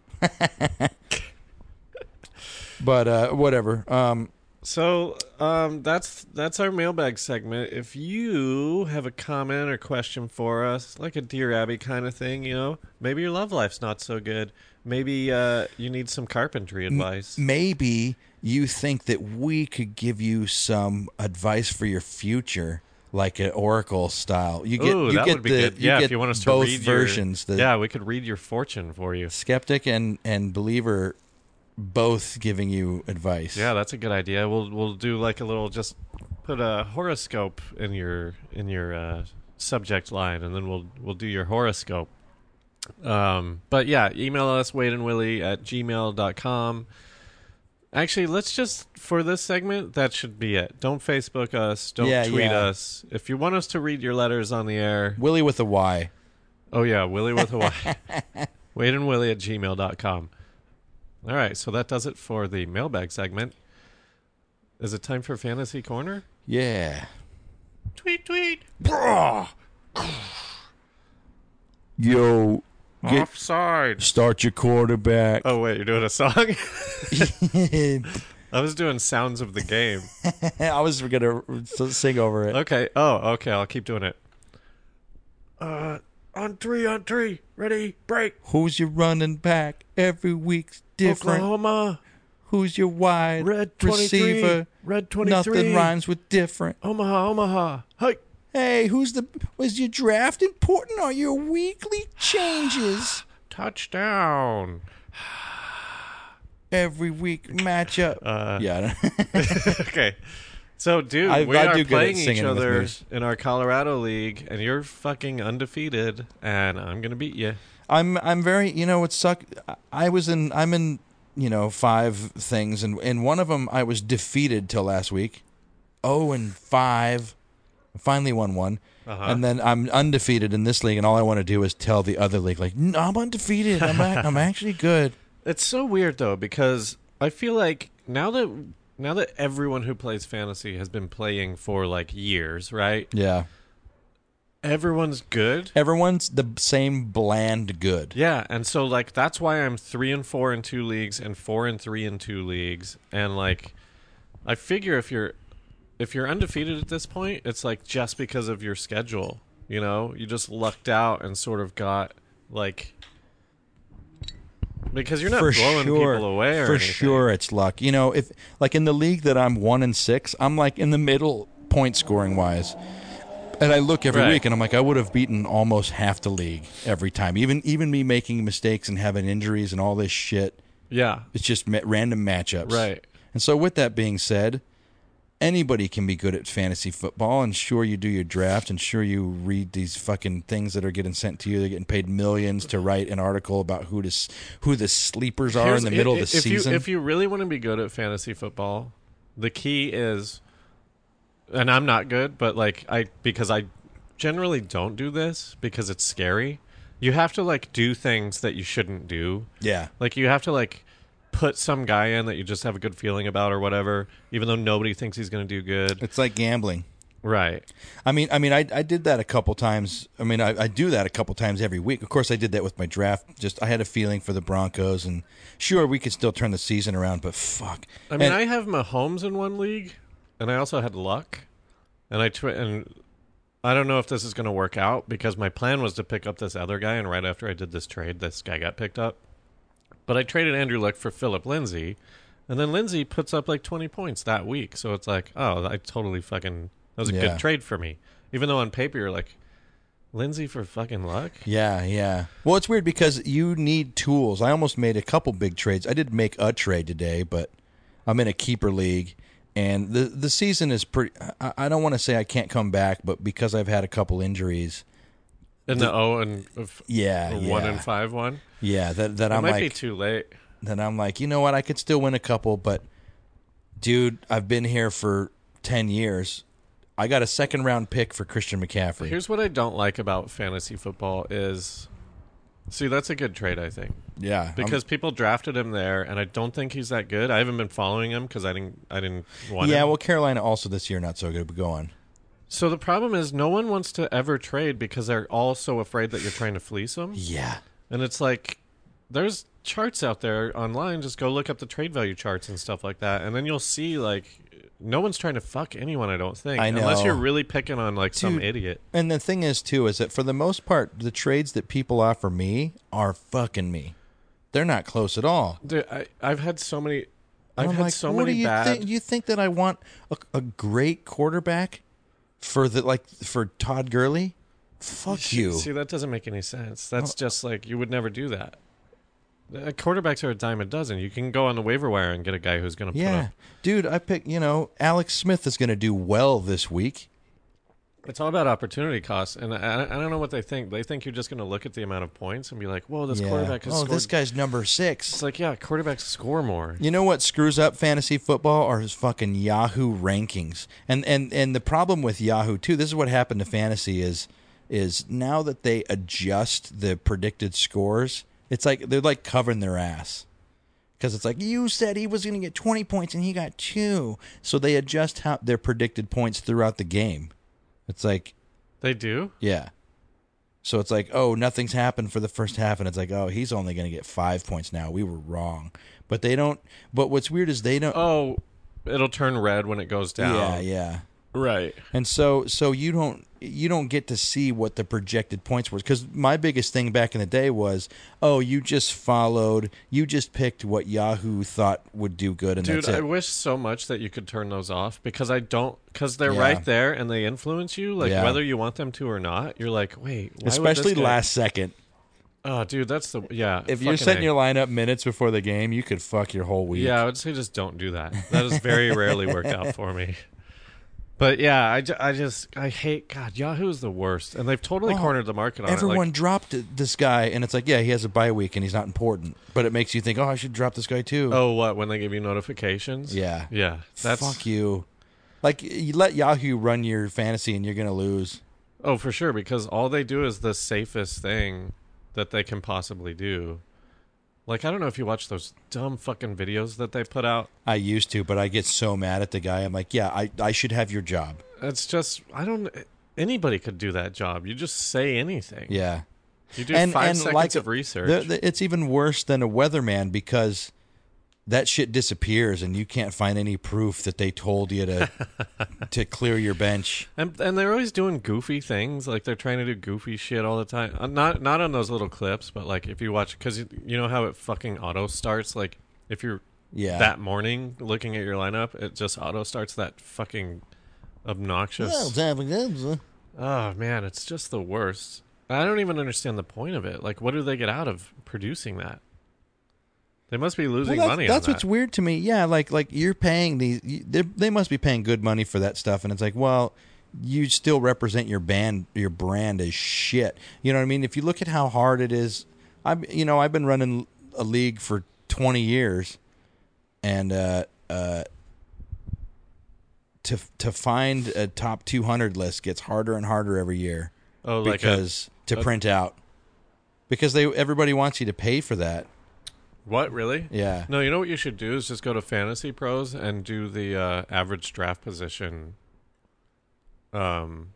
S2: but uh, whatever. Um,
S1: So um, that's that's our mailbag segment. If you have a comment or question for us, like a Dear Abby kind of thing, you know, maybe your love life's not so good. Maybe uh, you need some carpentry advice.
S2: Maybe you think that we could give you some advice for your future, like an oracle style. You get,
S1: Ooh,
S2: you
S1: that
S2: get
S1: would be
S2: the,
S1: good.
S2: you
S1: yeah, if
S2: get
S1: you want us to
S2: both
S1: read your-
S2: versions, the
S1: yeah, we could read your fortune for you.
S2: skeptic and and believer, both giving you advice.
S1: Yeah, that's a good idea. We'll we'll do like a little just put a horoscope in your in your uh, subject line, and then we'll we'll do your horoscope. Um, but yeah, email us Wade and Willie at gmail.com. Actually, let's just for this segment that should be it. Don't Facebook us. Don't
S2: Yeah,
S1: tweet
S2: yeah.
S1: us. If you want us to read your letters on the air,
S2: Willie with a Y.
S1: oh yeah, Willie with a Y. Wade and Willie at gmail.com. All right, so that does it for the mailbag segment. Is it time for Fantasy Corner?
S2: Yeah.
S1: Tweet, tweet.
S2: Yo,
S1: Offside.
S2: start your quarterback.
S1: Oh, wait, you're doing a song? I was doing sounds of the game.
S2: I was gonna sing over it.
S1: Okay. Oh, okay, I'll keep doing it. Uh, on three, on three. Ready, break.
S2: Who's your running back? Every week's different.
S1: Oklahoma,
S2: Who's your wide
S1: red 23.
S2: receiver?
S1: Red 23.
S2: Nothing rhymes with different.
S1: Omaha, Omaha. Hey.
S2: Hey, who's the was your draft important or your weekly changes?
S1: Touchdown.
S2: Every week matchup.
S1: Uh,
S2: yeah, I don't-
S1: okay. So, dude,
S2: I-
S1: we
S2: I
S1: are
S2: do good at
S1: playing each
S2: singing with
S1: other
S2: moves.
S1: in our Colorado league, and you're fucking undefeated, and I'm gonna beat you.
S2: I'm I'm very you know what suck. I was in I'm in you know five things and in one of them I was defeated till last week. Oh and five, I finally won one.
S1: Uh-huh.
S2: And then I'm undefeated in this league, and all I want to do is tell the other league, like, no, I'm undefeated. I'm, i I'm actually good.
S1: It's so weird though because I feel like now that now that everyone who plays fantasy has been playing for like years, right?
S2: Yeah.
S1: Everyone's good.
S2: Everyone's the same bland good.
S1: Yeah, and so like that's why I'm three and four in two leagues and four and three in two leagues, and like I figure if you're if you're undefeated at this point, it's like just because of your schedule. You know, you just lucked out and sort of got like because you're not blowing people away or
S2: for
S1: anything.
S2: sure it's luck you know if like in the league that i'm one and six i'm like in the middle point scoring wise and i look every
S1: Right.
S2: week and i'm like i would have beaten almost half the league every time even even me making mistakes and having injuries and all this shit
S1: Yeah,
S2: it's just ma- random matchups
S1: Right.
S2: and so with that being said Anybody can be good at fantasy football, and sure you do your draft, and sure you read these fucking things that are getting sent to you. They're getting paid millions to write an article about who to, s- who the sleepers are
S1: Here's-
S2: in the middle of
S1: if
S2: the
S1: if
S2: season.
S1: You, if you really want to be good at fantasy football, the key is, and I'm not good, but like I because I generally don't do this because it's scary. You have to like do things that you shouldn't do.
S2: Yeah.
S1: Like you have to like put some guy in that you just have a good feeling about or whatever, even though nobody thinks he's going to do good.
S2: It's like gambling.
S1: Right.
S2: I mean, I mean, I, I did that a couple times. I mean, I, I do that a couple times every week. Of course, I did that with my draft. Just I had a feeling for the Broncos, and sure, we could still turn the season around, but fuck.
S1: I mean,
S2: And-
S1: I have Mahomes in one league, and I also had luck, and I twi- and I don't know if this is going to work out because my plan was to pick up this other guy, and right after I did this trade, this guy got picked up. But I traded Andrew Luck for Philip Lindsay, and then Lindsay puts up like twenty points that week, so it's like, oh, I totally fucking that was a
S2: Yeah.
S1: good trade for me, even though on paper you're like. Lindsay for fucking luck?
S2: Yeah, yeah. Well, it's weird because you need tools. I almost made a couple big trades. I did make a trade today, but I'm in a keeper league, and the the season is pretty. I, I don't want to say I can't come back, but because I've had a couple injuries,
S1: In the 0 and f-
S2: yeah,
S1: one
S2: yeah,
S1: and five one?
S2: yeah. That that
S1: It
S2: I'm
S1: might
S2: like
S1: be too late.
S2: then I'm like, you know what? I could still win a couple, but dude, I've been here for 10 years. I got a second round pick for Christian McCaffrey.
S1: Here's what I don't like about fantasy football is see that's a good trade I think
S2: yeah. I'm-
S1: because people drafted him there and I don't think he's that good. I haven't been following him because I didn't I didn't want
S2: yeah,
S1: him.
S2: well, Carolina also this year not so good, but go on.
S1: so the problem is no one wants to ever trade because they're all so afraid that you're trying to fleece them.
S2: Yeah.
S1: And it's like there's charts out there online. Just go look up the trade value charts and stuff like that, and then you'll see like no one's trying to fuck anyone. I don't think
S2: I
S1: unless
S2: know.
S1: you're really picking on like some
S2: Dude.
S1: idiot.
S2: And the thing is, too, is that for the most part, the trades that people offer me are fucking me. They're not close at all.
S1: Dude, I, I've had so many. I've
S2: I'm
S1: had
S2: like,
S1: so
S2: what
S1: many
S2: do you
S1: bad.
S2: think? You think that I want a, a great quarterback for the like for Todd Gurley? Fuck you.
S1: See, that doesn't make any sense. That's just like you would never do that. Uh, quarterbacks are a dime a dozen. You can go on the waiver wire and get a guy who's going to put
S2: Yeah,
S1: up.
S2: dude, I pick. You know, Alex Smith is going to do well this week.
S1: It's all about opportunity costs, and I, I don't know what they think. They think you're just going to look at the amount of points and be like, "Whoa, this
S2: yeah.
S1: quarterback has
S2: oh,
S1: scored."
S2: this guy's number six.
S1: It's like, yeah, quarterbacks score more.
S2: You know what screws up fantasy football are his fucking Yahoo rankings. And and and the problem with Yahoo too, this is what happened to fantasy is is now that they adjust the predicted scores, it's like they're like covering their ass. Cuz it's like you said he was going to get 20 points and he got 2. So they adjust how their predicted points throughout the game. It's like
S1: They do.
S2: yeah. So it's like, oh, nothing's happened for the first half, and it's like, oh, he's only going to get five points now. We were wrong, but they don't. But what's weird is they don't.
S1: Oh, it'll turn red when it goes down.
S2: yeah, yeah.
S1: right.
S2: And so, so you don't you don't get to see what the projected points were because my biggest thing back in the day was, oh, you just followed, you just picked what Yahoo thought would do good, and
S1: Dude,
S2: that's it.
S1: I wish so much that you could turn those off because I don't because they're
S2: Yeah.
S1: right there and they influence you like
S2: Yeah.
S1: whether you want them to or not. You're like, wait, why would this
S2: Especially
S1: guy-
S2: last second.
S1: Oh, dude, that's the yeah.
S2: If you're
S1: fucking
S2: setting
S1: A.
S2: your lineup minutes before the game, you could fuck your whole week.
S1: yeah, I would say just don't do that. That has very rarely worked out for me. But yeah, I, ju- I just I hate God. Yahoo is the worst, and they've totally
S2: Oh,
S1: cornered the market on
S2: Everyone
S1: it. Like,
S2: dropped this guy, and it's like, yeah, he has a bye week and he's not important, but it makes you think, oh, I should drop this guy too.
S1: oh, what when they give you notifications?
S2: Yeah.
S1: yeah. That's
S2: fuck you. Like you let Yahoo run your fantasy, and you're gonna lose.
S1: Oh, for sure, because all they do is the safest thing that they can possibly do. Like, I don't know if you watch those dumb fucking videos that they put out.
S2: I used to, but I get so mad at the guy. I'm like, yeah, I, I should have your job.
S1: It's just, I don't, anybody could do that job. You just say anything.
S2: Yeah,
S1: You do
S2: And-
S1: five
S2: and
S1: seconds
S2: like-
S1: of research.
S2: The- the- it's even worse than a weatherman because that shit disappears, and you can't find any proof that they told you to to clear your bench.
S1: and, and they're always doing goofy things. Like, they're trying to do goofy shit all the time. Uh, Not, not on those little clips, but like if you watch, because you, you know how it fucking auto starts? Like, if you're
S2: Yeah,
S1: that morning looking at your lineup, it just auto starts that fucking obnoxious. Oh man, it's just the worst. I don't even understand the point of it. Like, what do they get out of producing that? They must be losing
S2: Well, that's,
S1: money.
S2: that's
S1: on
S2: what's
S1: that.
S2: weird to me. Yeah, like like you're paying these. you- They they must be paying good money for that stuff, and it's like, well, you still represent your band, your brand as shit. You know what I mean? If you look at how hard it is, I'm you know I've been running a league for 20 years, and uh, uh, to to find a top 200 list gets harder and harder every year
S1: oh, like a,
S2: because to print out because they everybody wants you to pay for that.
S1: what really?
S2: Yeah.
S1: No, you know what you should do is just go to Fantasy Pros and do the uh, average draft position um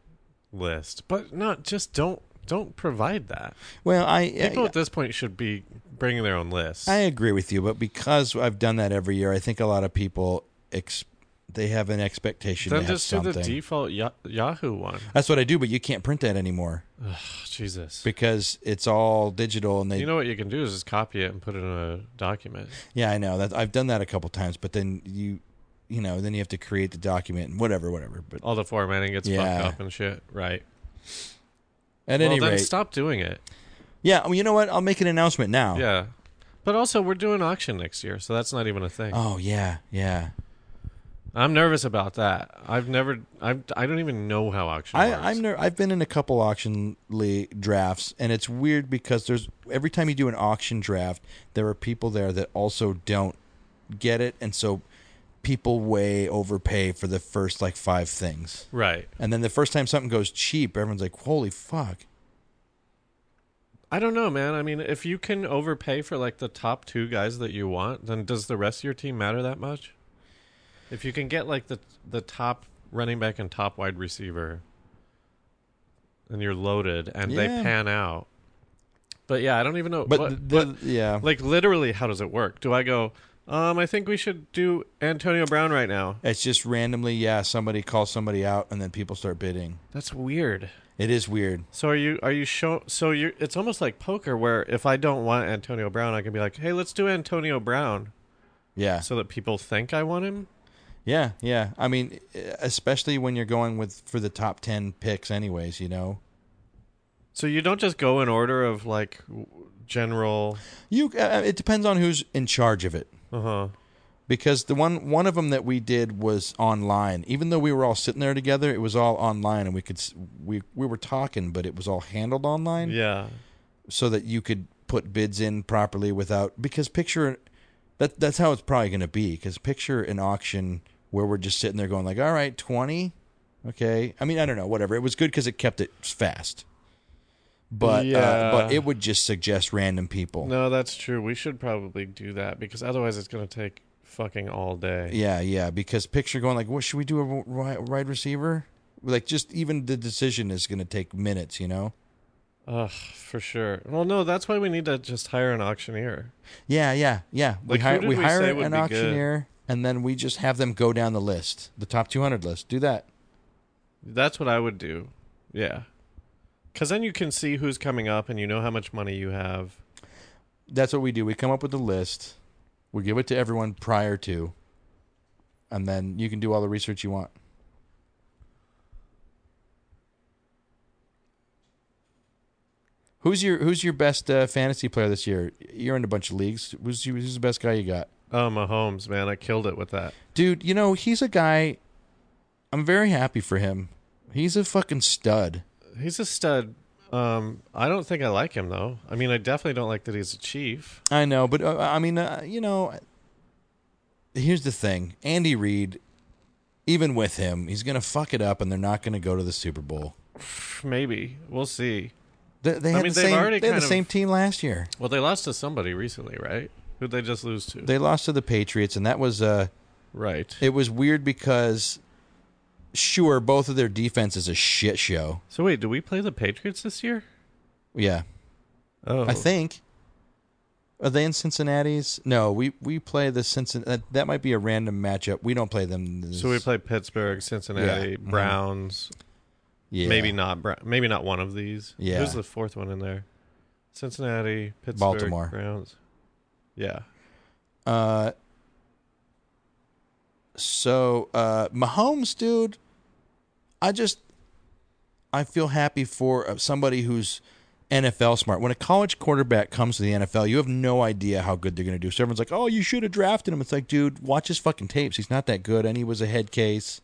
S1: list, but not just don't don't provide that.
S2: Well, I
S1: People at this point should be bringing their own lists.
S2: I agree with you, but because I've done that every year, I think a lot of people ex- they have an expectation.
S1: then
S2: to have
S1: just do the
S2: something.
S1: default Ya- Yahoo one.
S2: That's what I do, but you can't print that anymore
S1: Oh, Jesus.
S2: because it's all digital. And they,
S1: You know what you can do is just copy it and put it in a document.
S2: yeah, I know that I've done that a couple times, but then you, you know, then you have to create the document and whatever, whatever. But
S1: All the formatting gets
S2: Yeah.
S1: fucked up and shit. Right.
S2: at
S1: well,
S2: any
S1: then
S2: rate,
S1: stop doing it.
S2: yeah. Well, you know what? I'll make an announcement now.
S1: Yeah. But also, we're doing auction next year, so that's not even a thing.
S2: Oh yeah, yeah.
S1: I'm nervous about that. I've never. I've. I don't even know how auction
S2: I,
S1: works.
S2: I'm ner- I've been in a couple auction le- drafts, and it's weird because there's every time you do an auction draft, there are people there that also don't get it, and so people way overpay for the first like five things,
S1: right.
S2: and then the first time something goes cheap, everyone's like, "Holy fuck!"
S1: I don't know, man. I mean, if you can overpay for like the top two guys that you want, then does the rest of your team matter that much? If you can get like the the top running back and top wide receiver, and you're loaded, and they
S2: Yeah.
S1: pan out. But yeah, I don't even know.
S2: But
S1: what-
S2: the,
S1: what-
S2: the- yeah,
S1: like literally, how does it work? Do I go? Um, I think we should do Antonio Brown right now.
S2: It's just randomly, yeah, somebody calls somebody out and then people start bidding.
S1: That's weird.
S2: It is weird.
S1: So are you are you show so you it's almost like poker where if I don't want Antonio Brown, I can be like, "Hey, let's do Antonio Brown."
S2: Yeah.
S1: So that people think I want him?
S2: Yeah, yeah. I mean, e, especially when you're going with for the top 10 picks anyways, you know.
S1: So you don't just go in order of like w- general
S2: You uh, it depends on who's in charge of it.
S1: uh-huh.
S2: because the one one of them that we did was online. Even though we were all sitting there together, it was all online, and we could s- we we were talking, but it was all handled online,
S1: Yeah.
S2: so that you could put bids in properly without. Because picture that that's how it's probably going to be. Because picture an auction where we're just sitting there going like, all right, twenty, okay. I mean, I don't know, whatever. It was good because it kept it fast. But uh,
S1: Yeah.
S2: but it would just suggest random people.
S1: No, that's true. We should probably do that because otherwise it's going to take fucking all day.
S2: Yeah, yeah. Because picture going like, what should we do? A wi- wide receiver? Like, just even the decision is going to take minutes. You know?
S1: Ugh, for sure. Well, no, that's why we need to just hire an auctioneer.
S2: Yeah, yeah, yeah. We
S1: Like, who
S2: hire
S1: did
S2: we
S1: we
S2: hire
S1: say would
S2: an
S1: be good?
S2: auctioneer, and then we just have them go down the list, the top 200 list. Do that.
S1: That's what I would do. Yeah. Cuz then you can see who's coming up and you know how much money you have.
S2: That's what we do. We come up with the list. We give it to everyone prior to, and then you can do all the research you want. Who's your Who's your best uh, fantasy player this year? You're in a bunch of leagues. Who's you, Who's the best guy you got,
S1: Oh, Mahomes, man, I killed it with that.
S2: dude? You know he's a guy. I'm very happy for him. He's a fucking stud.
S1: He's a stud. Um, I don't think I like him though. I mean, I definitely don't like that he's a chief.
S2: I know, but uh, I mean, uh, you know, here's the thing: Andy Reid, even with him, he's gonna fuck it up, and they're not gonna go to the Super Bowl.
S1: Maybe we'll see.
S2: They, they
S1: I
S2: had
S1: mean,
S2: the
S1: they've
S2: same.
S1: already
S2: They had the
S1: kind of-
S2: same team last year.
S1: Well, they lost to somebody recently, right? Who'd they just lose to?
S2: They lost to the Patriots, and that was uh,
S1: right.
S2: it was weird because, sure, both of their defenses a shit show.
S1: So wait, do we play the Patriots this year?
S2: Yeah,
S1: Oh,
S2: I think. Are they in Cincinnati's? No, we we play the Cincinnati. That, that might be a random matchup. We don't play them. This,
S1: so. We play Pittsburgh, Cincinnati,
S2: Yeah. Mhm.
S1: Browns.
S2: yeah.
S1: Maybe not. Brown, maybe not one of these.
S2: Yeah.
S1: Who's the fourth one in there? Cincinnati, Pittsburgh,
S2: Baltimore.
S1: Browns. Yeah.
S2: Uh, so uh, Mahomes, dude, I just I feel happy for uh, somebody who's NFL smart. When a college quarterback comes to the NFL, you have no idea how good they're going to do. So everyone's like, "Oh, you should have drafted him." It's like, dude, watch his fucking tapes. He's not that good, and he was a head case.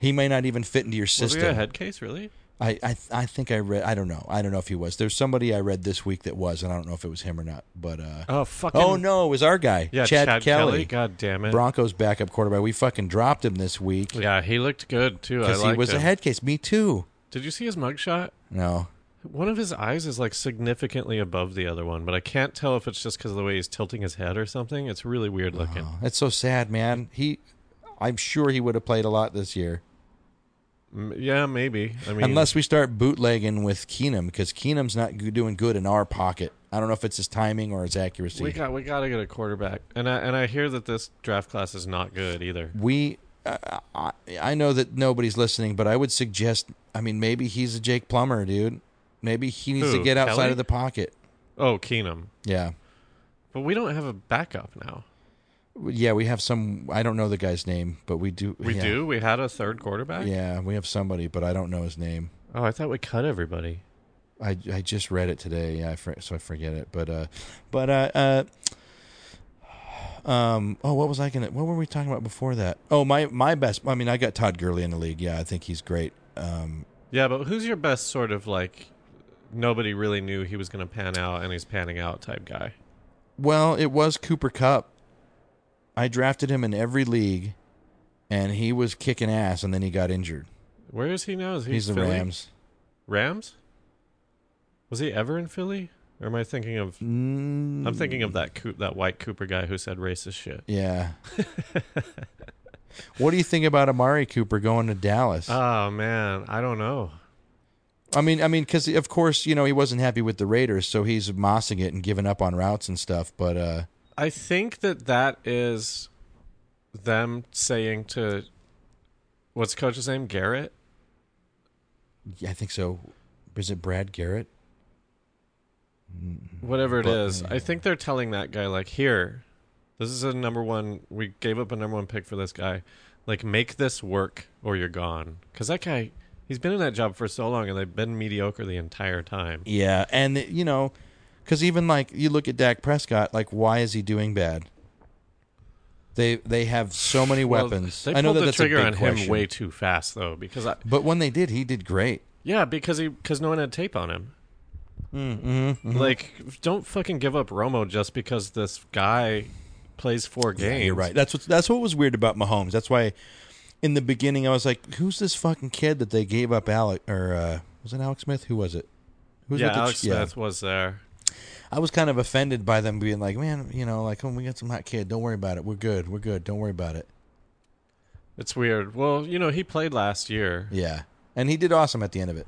S2: He may not even fit into your
S1: Was
S2: system.
S1: he a head case really?
S2: I, I I think I read. I don't know. I don't know if he was. There's somebody I read this week that was, and I don't know if it was him or not. But uh,
S1: Oh fucking.
S2: oh no, it was our guy,
S1: Yeah,
S2: Chad,
S1: Kelly. God damn it.
S2: Broncos backup quarterback. We fucking dropped him this week
S1: Yeah, he looked good too. I
S2: because
S1: liked
S2: he was
S1: him.
S2: a head case. Me too.
S1: Did you see his mugshot?
S2: No.
S1: One of his eyes is like significantly above the other one, but I can't tell if it's just because of the way he's tilting his head or something. It's really weird looking.
S2: Oh, that's so sad, man. He, I'm sure he would have played a lot this year,
S1: M- yeah, maybe. I mean,
S2: unless we start bootlegging with Keenum because Keenum's not g- doing good in our pocket. I don't know if it's his timing or his accuracy.
S1: we got we got to get a quarterback, and I and I hear that this draft class is not good either.
S2: we I, I, I know that nobody's listening, but I would suggest. I mean, maybe he's a Jake Plummer, dude. Maybe he needs to
S1: Who,
S2: get outside
S1: Kelly?
S2: of the pocket.
S1: Oh, Keenum,
S2: Yeah.
S1: but we don't have a backup now.
S2: Yeah, we have some. I don't know the guy's name, but we do.
S1: We
S2: yeah.
S1: do. We had a third quarterback.
S2: Yeah, we have somebody, but I don't know his name.
S1: Oh, I thought we cut everybody.
S2: I, I just read it today. Yeah, I for, so I forget it. But uh, but uh, uh, um. Oh, what was I gonna? What were we talking about before that? Oh, my my best. I mean, I got Todd Gurley in the league. Yeah, I think he's great. Um,
S1: Yeah, but who's your best sort of like nobody really knew he was going to pan out, and he's panning out type guy?
S2: well, it was Cooper Cup. I drafted him in every league, and he was kicking ass. And then he got injured.
S1: Where is he now? Is he
S2: He's the
S1: Philly?
S2: Rams.
S1: Rams? Was he ever in Philly? Or am I thinking of?
S2: Mm,
S1: I'm thinking of that Coop, that white Cooper guy who said racist shit.
S2: Yeah. what do you think about Amari Cooper going to Dallas?
S1: Oh man, I don't know.
S2: I mean, I mean, because of course, you know, he wasn't happy with the Raiders, so he's mossing it and giving up on routes and stuff. But uh,
S1: I think that that is them saying to what's the coach's name Garrett.
S2: Yeah, I think so. Is it Brad Garrett?
S1: whatever it
S2: But-
S1: is, I think they're telling that guy like, here, this is a number one. We gave up a number one pick for this guy. Like, make this work or you're gone. Because that guy, he's been in that job for so long and they've been mediocre the entire time.
S2: Yeah, and you know, because even like you look at Dak Prescott, like why is he doing bad? They they have so many
S1: Well,
S2: weapons.
S1: they
S2: I know
S1: pulled
S2: that
S1: the
S2: that's
S1: trigger
S2: a big
S1: on him
S2: question.
S1: way too fast though, because I,
S2: But when they did, he did great.
S1: yeah, because he because no one had tape on him.
S2: Mm-hmm,
S1: Like, don't fucking give up Romo just because this guy plays four games.
S2: Yeah, you're right. That's what that's what was weird about Mahomes. That's why in the beginning I was like, who's this fucking kid that they gave up Alec or uh, was it Alex Smith? Who was it? Who's
S1: Yeah,
S2: with the
S1: Alex
S2: Ch- yeah.
S1: Smith was there.
S2: I was kind of offended by them being like, man, you know, like, oh, we got some hot kid. Don't worry about it. We're good. We're good. Don't worry about it.
S1: It's weird. Well, you know, he played last year.
S2: Yeah, and he did awesome at the end of it.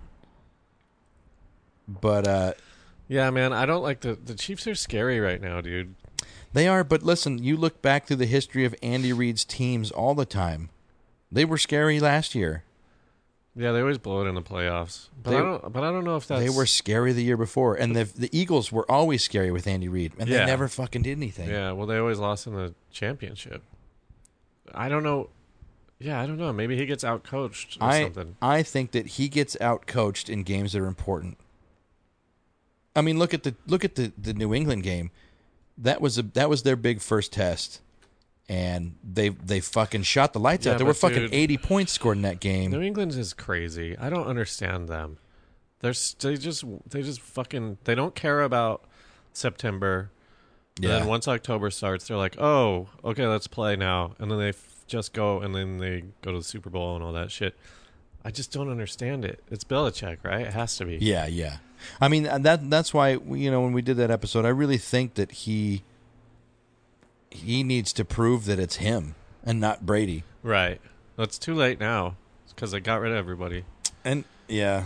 S2: But uh,
S1: Yeah, man, I don't like the the Chiefs are scary right now, dude.
S2: they are. But listen, you look back through the history of Andy Reid's teams all the time. They were scary last year.
S1: Yeah, they always blow it in the playoffs. But
S2: They-
S1: I don't but I don't know if that's
S2: They were scary the year before, and the the Eagles were always scary with Andy Reid, and
S1: Yeah.
S2: they never fucking did anything.
S1: Yeah, well they always lost in the championship. I don't know. Yeah, I don't know. Maybe he gets outcoached or
S2: I
S1: something.
S2: I think that he gets out coached in games that are important. I mean, look at the look at the the New England game. That was a that was their big first test, and they they fucking shot the lights
S1: Yeah,
S2: out. There were
S1: but
S2: fucking
S1: dude-
S2: eighty points scored in that game.
S1: New England is crazy. I don't understand them. They're s- they just they just fucking they don't care about September. And
S2: Yeah.
S1: then once October starts, they're like, "Oh, okay, let's play now." And then they f- just go and then they go to the Super Bowl and all that shit. I just don't understand it. It's Belichick, right? It has to be.
S2: Yeah, yeah. I mean uh, that that's why you know when we did that episode, I really think that he he needs to prove that it's him and not Brady.
S1: Right. That's too late now because they got rid of everybody.
S2: And yeah,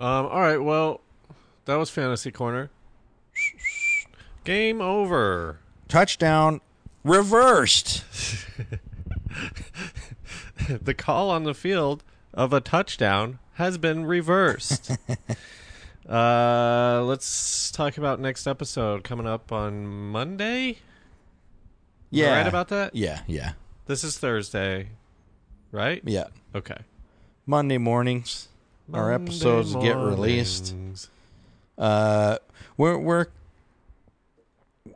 S1: Um, all right. Well, that was fantasy corner. Game over.
S2: touchdown reversed.
S1: the call on the field of a touchdown has been reversed. uh, let's talk about next episode coming up on Monday. Am I
S2: Yeah,
S1: right about that?
S2: yeah, yeah,
S1: This is Thursday, right?
S2: yeah.
S1: Okay.
S2: Monday mornings, our
S1: Monday
S2: episodes get released.
S1: mornings.
S2: Uh, we're we're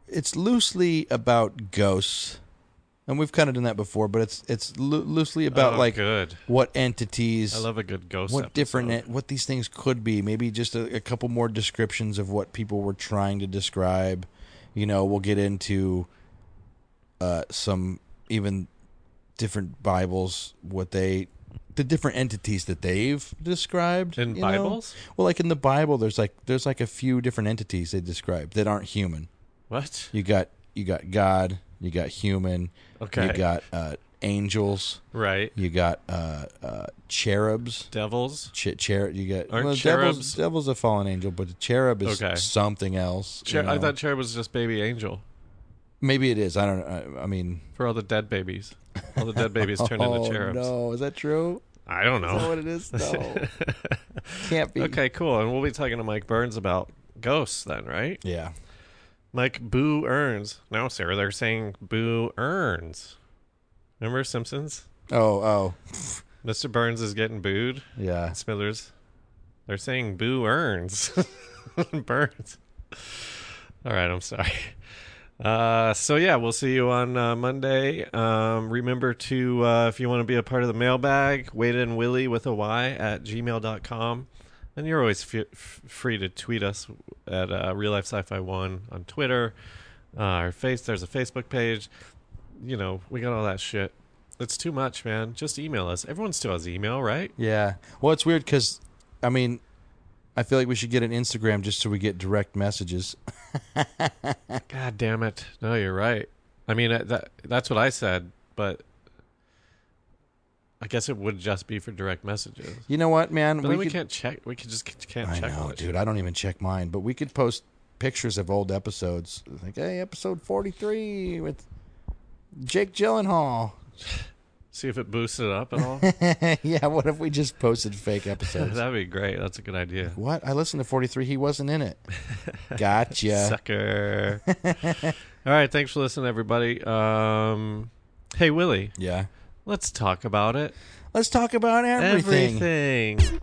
S2: it's loosely about ghosts, and we've kind of done that before, but it's it's loo- loosely about
S1: Oh,
S2: like
S1: good.
S2: what entities,
S1: I love a good ghost.
S2: what different,
S1: episode.
S2: en- what these things could be. Maybe just a, a couple more descriptions of what people were trying to describe. You know, we'll get into uh, some even different Bibles, what they, the different entities that they've described
S1: In
S2: you know?
S1: Bibles?
S2: Well, like in the Bible, there's like there's like a few different entities they describe that aren't human.
S1: What?
S2: e- You got you got God, you got human,
S1: Okay.
S2: you got uh, angels,
S1: Right.
S2: you got uh, uh, cherubs.
S1: Devils.
S2: Ch- cher- you got
S1: Aren't
S2: well,
S1: cherubs-
S2: devil's, devil's a fallen angel, but the cherub is
S1: Okay.
S2: something else. you
S1: Cher- I
S2: know?
S1: thought Cherub was just baby angel
S2: maybe it is. I don't. know. I, I mean,
S1: for all the dead babies. All the dead babies turned
S2: oh
S1: into cherubs.
S2: no, is that true?
S1: I don't
S2: Is that
S1: know.
S2: what it is? No, can't be.
S1: Okay, cool. And we'll be talking to Mike Burns about ghosts then, right?
S2: Yeah,
S1: Mike Boo Earns. No, Sarah, they're saying Boo Earns. Remember Simpsons?
S2: Oh, oh,
S1: Mr. Burns is getting booed.
S2: yeah.
S1: Smithers. They're saying Boo Earns. Burns. All right, I'm sorry. Uh, so yeah, we'll see you on uh, Monday. Um, remember to, uh, if you want to be a part of the mailbag, wait and Willie with a Y at gmail.com. And you're always f- f- free to tweet us at uh, Real Life Sci Fi 1 on Twitter. Uh, our face, there's a Facebook page. You know, we got all that shit. It's too much, man. Just email us. Everyone still has email, right?
S2: Yeah. Well, it's weird because, I mean, I feel like we should get an Instagram just so we get direct messages.
S1: God damn it! No, you're right. I mean, uh, that that's what I said, but I guess it would just be for direct messages.
S2: You know what, man?
S1: But then we
S2: could-
S1: can't check. We could just c- can't
S2: I
S1: check.
S2: know,
S1: much.
S2: dude. I don't even check mine, but we could post pictures of old episodes. Like, hey, episode forty three with Jake Gyllenhaal.
S1: See if it boosts it up at all.
S2: yeah, what if we just posted fake episodes?
S1: That'd be great. That's a good idea.
S2: what? I listened to forty three. He wasn't in it. Gotcha.
S1: Sucker. all right. Thanks for listening, everybody. Um, hey, Willie,
S2: yeah.
S1: let's talk about it.
S2: Let's talk about everything.
S1: Everything.